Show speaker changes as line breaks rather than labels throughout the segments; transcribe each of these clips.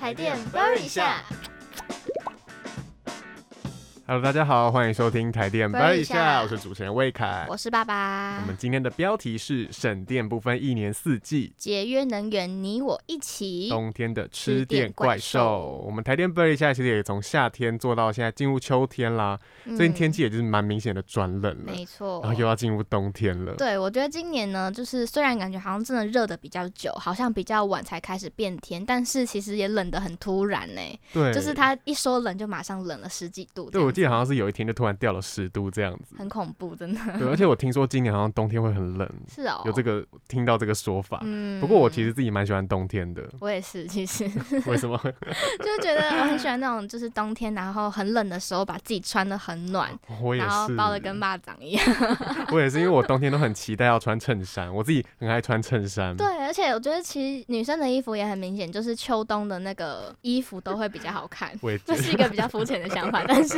台电 Burn 一下。
Hello，大家好，欢迎收听台电
掰
掰
一
一
下
下，我是主持人魏凯。
我是啊爸爸
我。们今天的标题是省电不分一年四季，
节约能源，你我一起。
冬天的
吃
吃
电
电怪
怪
兽
兽。
我们台电掰一下，其实也从夏天做到现在进入秋天啦，最近天气也就是蛮明显的转冷了，
嗯没错。
然后又要进入冬天了。
对，我觉得今年呢，就是虽然感觉好像真的热的比较久，好像比较晚才开始变天，但是其实也冷的很突然呢、
对，
就是。它一说冷就马上冷了十几度这样
对，
子，
我记得好像是有一天就突然掉了十度这样子。
很恐怖，真的
对，而且我听说今年好像冬天会很冷，
是嗯哦。
有这个听到这个说法。
嗯
不过我其实自己蛮喜欢冬天的，
我也是，其实
为什么？
就觉得我很喜欢那种，就是冬天，然后很冷的时候，把自己穿的很暖，
我也
然后
是，
包的跟蚂蚱一样。
我也是，因为我冬天都很期待要穿衬衫，我自己很爱穿衬衫。。
对，而且我觉得其实女生的衣服也很明显，就是秋冬的那个衣服都会比较好看
我也
这
觉
是一个比较肤浅的想法，但是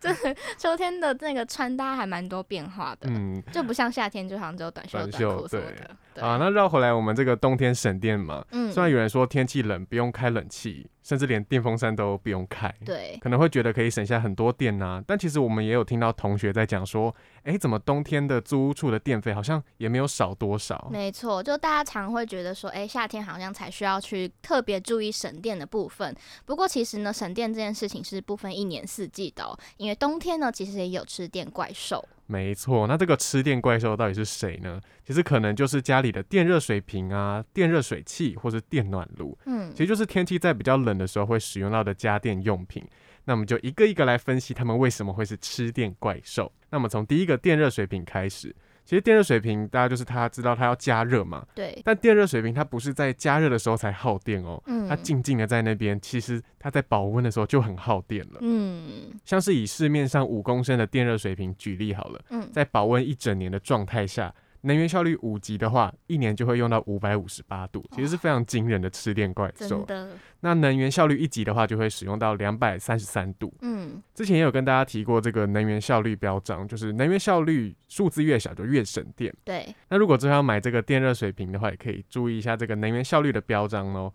真的秋天的那个穿搭还蛮多变化的，
嗯
就不像夏天就好像只有短袖、
短
短裤
袖
什么
对
的。对，
啊，那绕回来我们这个冬天省电嘛，
嗯
虽，然有人说天气冷不用开冷气，甚至连电风扇都不用开。
对，
可能会觉得可以省下很多电呐、但其实我们也有听到同学在讲说，诶，怎么冬天的租屋处的电费好像也没有少多少？
没错，就大家常会觉得说，哎、夏天好像才需要去特别注意省电的部分。不过其实呢，省电这件事情是不分一年四季的、哦，因为冬天呢其实也有吃电怪兽。
没错，那这个吃电怪兽到底是谁呢？其实可能就是家里的电热水瓶啊、电热水器或是电暖炉，
嗯
其，实就是天气在比较冷的时候会使用到的家电用品。那我们就一个一个来分析它们为什么会是吃电怪兽。那么从第一个电热水瓶开始，其实电热水瓶大家就是它知道它要加热嘛，
对，
但电热水瓶它不是在加热的时候才耗电哦，
嗯
它静静的在那边，其实它在保温的时候就很耗电了。
嗯
像是以市面上五公升的电热水瓶举例好了。
嗯，
在保温一整年的状态下，能源效率五级的话，一年就会用到五百五十八度，其实是非常惊人的吃电怪
真
兽。
的，
那能源效率一级的话，就会使用到两百三十三度。
嗯
之前也有跟大家提过这个能源效率标章，就是能源效率数字越小就越省电。
对，
那如果真的要买这个电热水瓶的话，也可以注意一下这个能源效率的标章哦。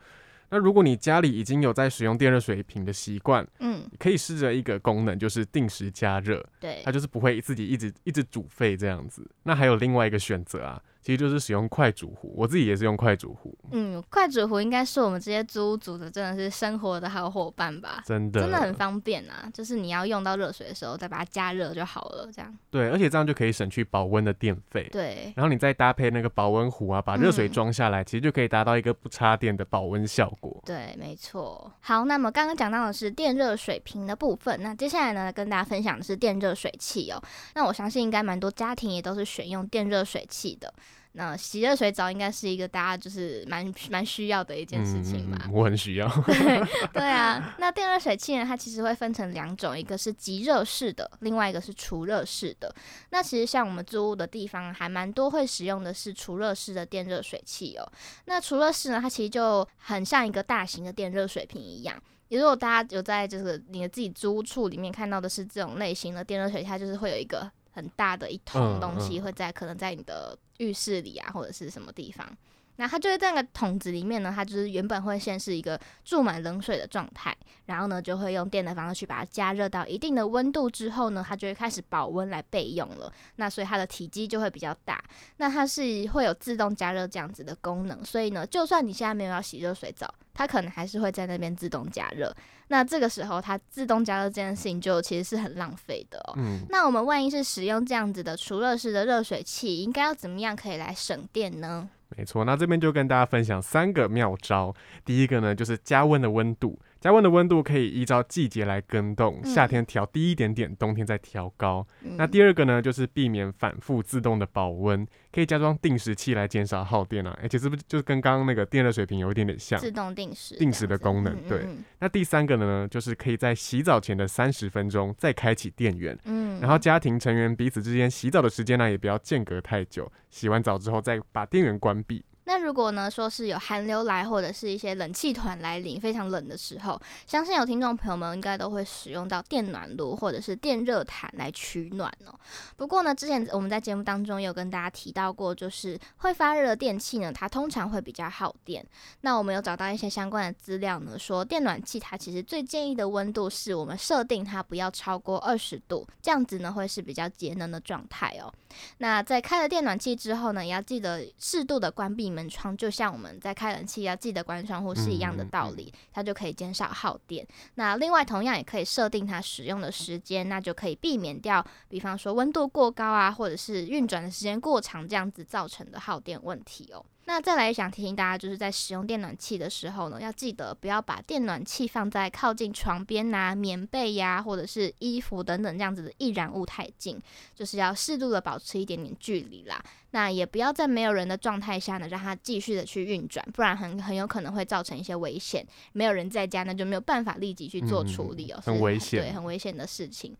那如果你家里已经有在使用电热水瓶的习惯，
嗯
可以试着一个功能，就是定时加热。
对
它，就是不会自己一直一直煮沸这样子。那还有另外一个选择啊，其实就是使用快煮壶，我自己也是用快煮壶，
嗯，快煮壶应该是我们这些租屋族的真的是生活的好伙伴吧。
真的
真的很方便啊，就是你要用到热水的时候再把它加热就好了，这样。
对，而且这样就可以省去保温的电费。
对，
然后你再搭配那个保温壶啊，把热水
嗯
装下来，其实就可以达到一个不插电的保温效果。
对，没错。好，那么刚刚讲到的是电热水瓶的部分，那接下来呢，跟大家分享的是电热水器哦。那我相信应该蛮多家庭也都是选用电热水器的。那洗热水澡应该是一个大家就是蛮蛮需要的一件事情吧？
嗯我很需要。
对啊。那电热水器呢，它其实会分成两种，一个是即热式的，另外一个是除热式的。那其实像我们租屋的地方，还蛮多会使用的是除热式的电热水器哦。那除热式呢，它其实就很像一个大型的电热水瓶一样。也如果大家有在就是你的自己租屋处里面看到的是这种类型的电热水器，它就是会有一个很大的一桶
嗯
东西
嗯
会在、可能在你的浴室里啊，或者是什么地方。那它就会在那个桶子里面呢，它就是原本会先是一个注满冷水的状态，然后呢就会用电的方式去把它加热到一定的温度之后呢，它就会开始保温来备用了。那所以它的体积就会比较大。那它是会有自动加热这样子的功能，所以呢，就算你现在没有要洗热水澡，它可能还是会在那边自动加热。
嗯
那这个时候它自动加热这件事情就其实是很浪费的哦。
嗯，
那我们万一是使用这样子的除热式的热水器，应该要怎么样可以来省电呢？
没错。那这边就跟大家分享三个妙招。第一个呢，就是加温的温度。加温的温度可以依照季节来更动，
嗯
夏天调低一点点，冬天再调高。
嗯
那第二个呢，就是避免反复自动的保温，可以加装定时器来减少耗电啊。而且是不是就是跟刚刚那个电热水瓶有一点点像？
自动定时
定时的
这样子
功能对
嗯
那第三个呢，就是可以在洗澡前的三十分钟再开启电源，
嗯，嗯
然后家庭成员彼此之间洗澡的时间呢，也不要间隔太久，洗完澡之后再把电源关闭。
那如果呢，说是有寒流来或者是一些冷气团来临，非常冷的时候，相信有听众朋友们应该都会使用到电暖炉或者是电热毯来取暖哦。不过呢，之前我们在节目当中有跟大家提到过，就是会发热的电器呢，它通常会比较耗电。那我们有找到一些相关的资料呢，说电暖器它其实最建议的温度是我们设定它不要超过二十度，这样子呢会是比较节能的状态哦。那在开了电暖器之后呢，也要记得适度的关闭门窗，就像我们在开冷气要记得关窗户是一样的道理，它就可以减少耗电。那另外同样也可以设定它使用的时间，那就可以避免掉，比方说温度过高啊，或者是运转的时间过长这样子造成的耗电问题哦。那再来想提醒大家，就是在使用电暖器的时候呢，要记得不要把电暖器放在靠近床边呐、棉被呀、或者是衣服等等这样子的易燃物太近，就是要适度的保持一点点距离啦。那也不要在没有人的状态下呢，让它继续的去运转，不然很很有可能会造成一些危险。没有人在家，那就没有办法立即去做处理哦，
嗯
所以
很危险
对，很危险的事情。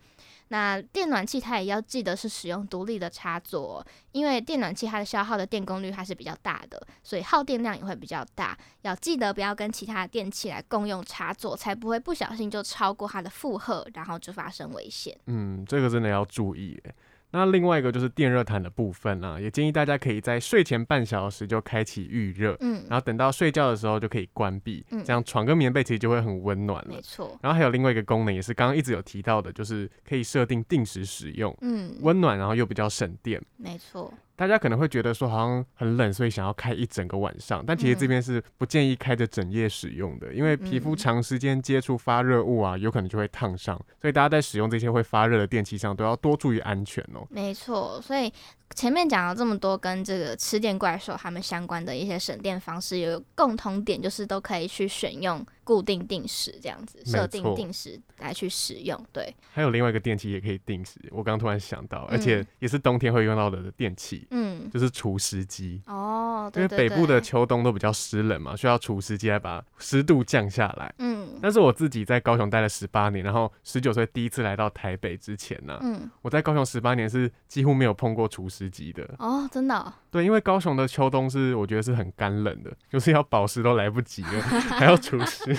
那电暖器它也要记得是使用独立的插座哦、因为电暖器它的消耗的电功率它是比较大的，所以耗电量也会比较大。要记得不要跟其他的电器来共用插座，才不会不小心就超过它的负荷，然后就发生危险。
嗯，这个真的要注意耶。那另外一个就是电热毯的部分啦、也建议大家可以在睡前半小时就开启预热，
嗯，
然后等到睡觉的时候就可以关闭，
嗯
这样床跟棉被其实就会很温暖了
没。错。
然后还有另外一个功能，也是刚刚一直有提到的，就是可以设定定时使用，
嗯，
温暖然后又比较省电。
没错，
大家可能会觉得说好像很冷，所以想要开一整个晚上，但其实这边是不建议开着整夜使用的，因为皮肤
嗯
长时间接触发热物啊，有可能就会烫伤，所以大家在使用这些会发热的电器上都要多注意安全哦。
没错。所以前面讲了这么多跟这个吃电怪兽它们相关的一些省电方式，有共同点就是都可以去选用固定定时这样子，
没
设定
错
定时来去使用。对，
还有另外一个电器也可以定时，我刚刚突然想到，
嗯
而且也是冬天会用到的电器，
嗯，
就是除湿机。
哦，
因
对
为
对对，
北部的秋冬都比较湿冷嘛，需要除湿机来把湿度降下来。
嗯
但是我自己在高雄待了十八年，然后十九岁第一次来到台北之前呢、
嗯，
我在高雄十八年是几乎没有碰过除湿机的。
哦，真的哦、
对，因为高雄的秋冬是我觉得是很干冷的，就是要保湿都来不及了，还要除湿。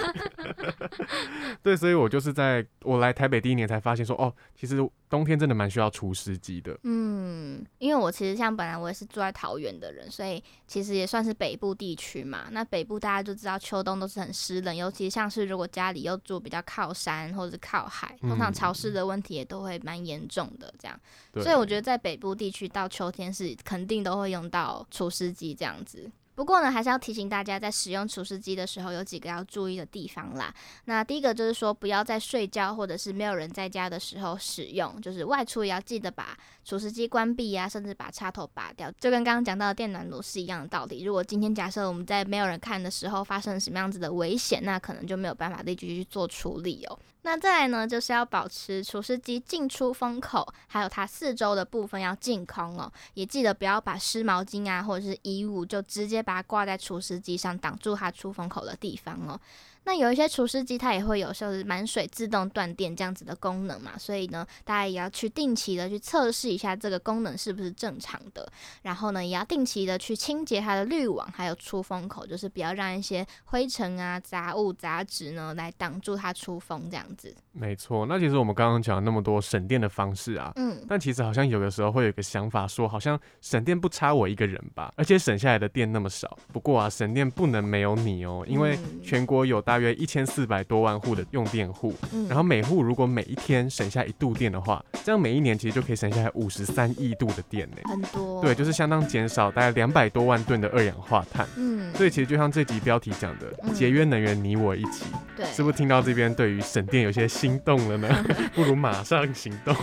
对，所以我就是在我来台北第一年才发现说，哦，其实冬天真的蛮需要除湿机的。
嗯，因为我其实像本来我也是住在桃园的人，所以其实也算是北部地区嘛。那北部大家就知道秋冬都是很湿冷，尤其像是如果家里又住比较靠山或者是靠海，通常
嗯
潮湿的问题也都会蛮严重的这样。
对，
所以我觉得在北部地区到秋天是肯定都会用到除湿机这样子。不过呢，还是要提醒大家，在使用除湿机的时候，有几个要注意的地方啦。那第一个就是说，不要在睡觉或者是没有人在家的时候使用，就是外出也要记得把除湿机关闭呀、啊甚至把插头拔掉，就跟刚刚讲到的电暖炉是一样的道理。如果今天假设我们在没有人看的时候发生了什么样子的危险，那可能就没有办法立即去做处理哦。那再来呢，就是要保持除湿机进出风口，还有它四周的部分要净空哦。也记得不要把湿毛巾啊或者是衣物就直接把它挂在除湿机上，挡住它出风口的地方哦。那有一些除湿机它也会有像是满水自动断电这样子的功能嘛，所以呢，大家也要去定期的去测试一下这个功能是不是正常的。然后呢，也要定期的去清洁它的滤网，还有出风口，就是不要让一些灰尘啊、杂物、杂质呢来挡住它出风这样子。
没错。那其实我们刚刚讲了那么多省电的方式啊，
嗯，
但其实好像有的时候会有一个想法说，好像省电不差我一个人吧，而且省下来的电那么少。不过啊，省电不能没有你哦，因为
嗯
全国有大约一千四百多万户的用电户，
嗯
然后每户如果每一天省下一度电的话，这样每一年其实就可以省下来五十三亿度的电呢。
很多，
对，就是相当减少大概两百多万吨的二氧化碳。
嗯，
所以其实就像这集标题讲的，
嗯
节约能源，你我一起，
对，
是不是听到这边对于省电有些心动 了呢？不如马上行动。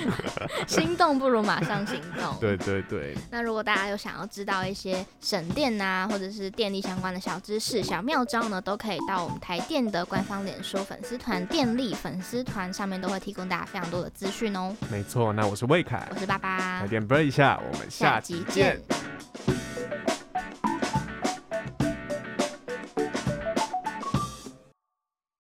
心动不如马上行动？。
对对对，
那如果大家有想要知道一些省电呐、或者是电力相关的小知识、小妙招呢，都可以到我们台电的官方脸书粉丝团“电力粉丝团”上面，都会提供大家非常多的资讯哦。
没错。那我是魏凯
我，是爸爸
来，点播一下，我们下集见。
见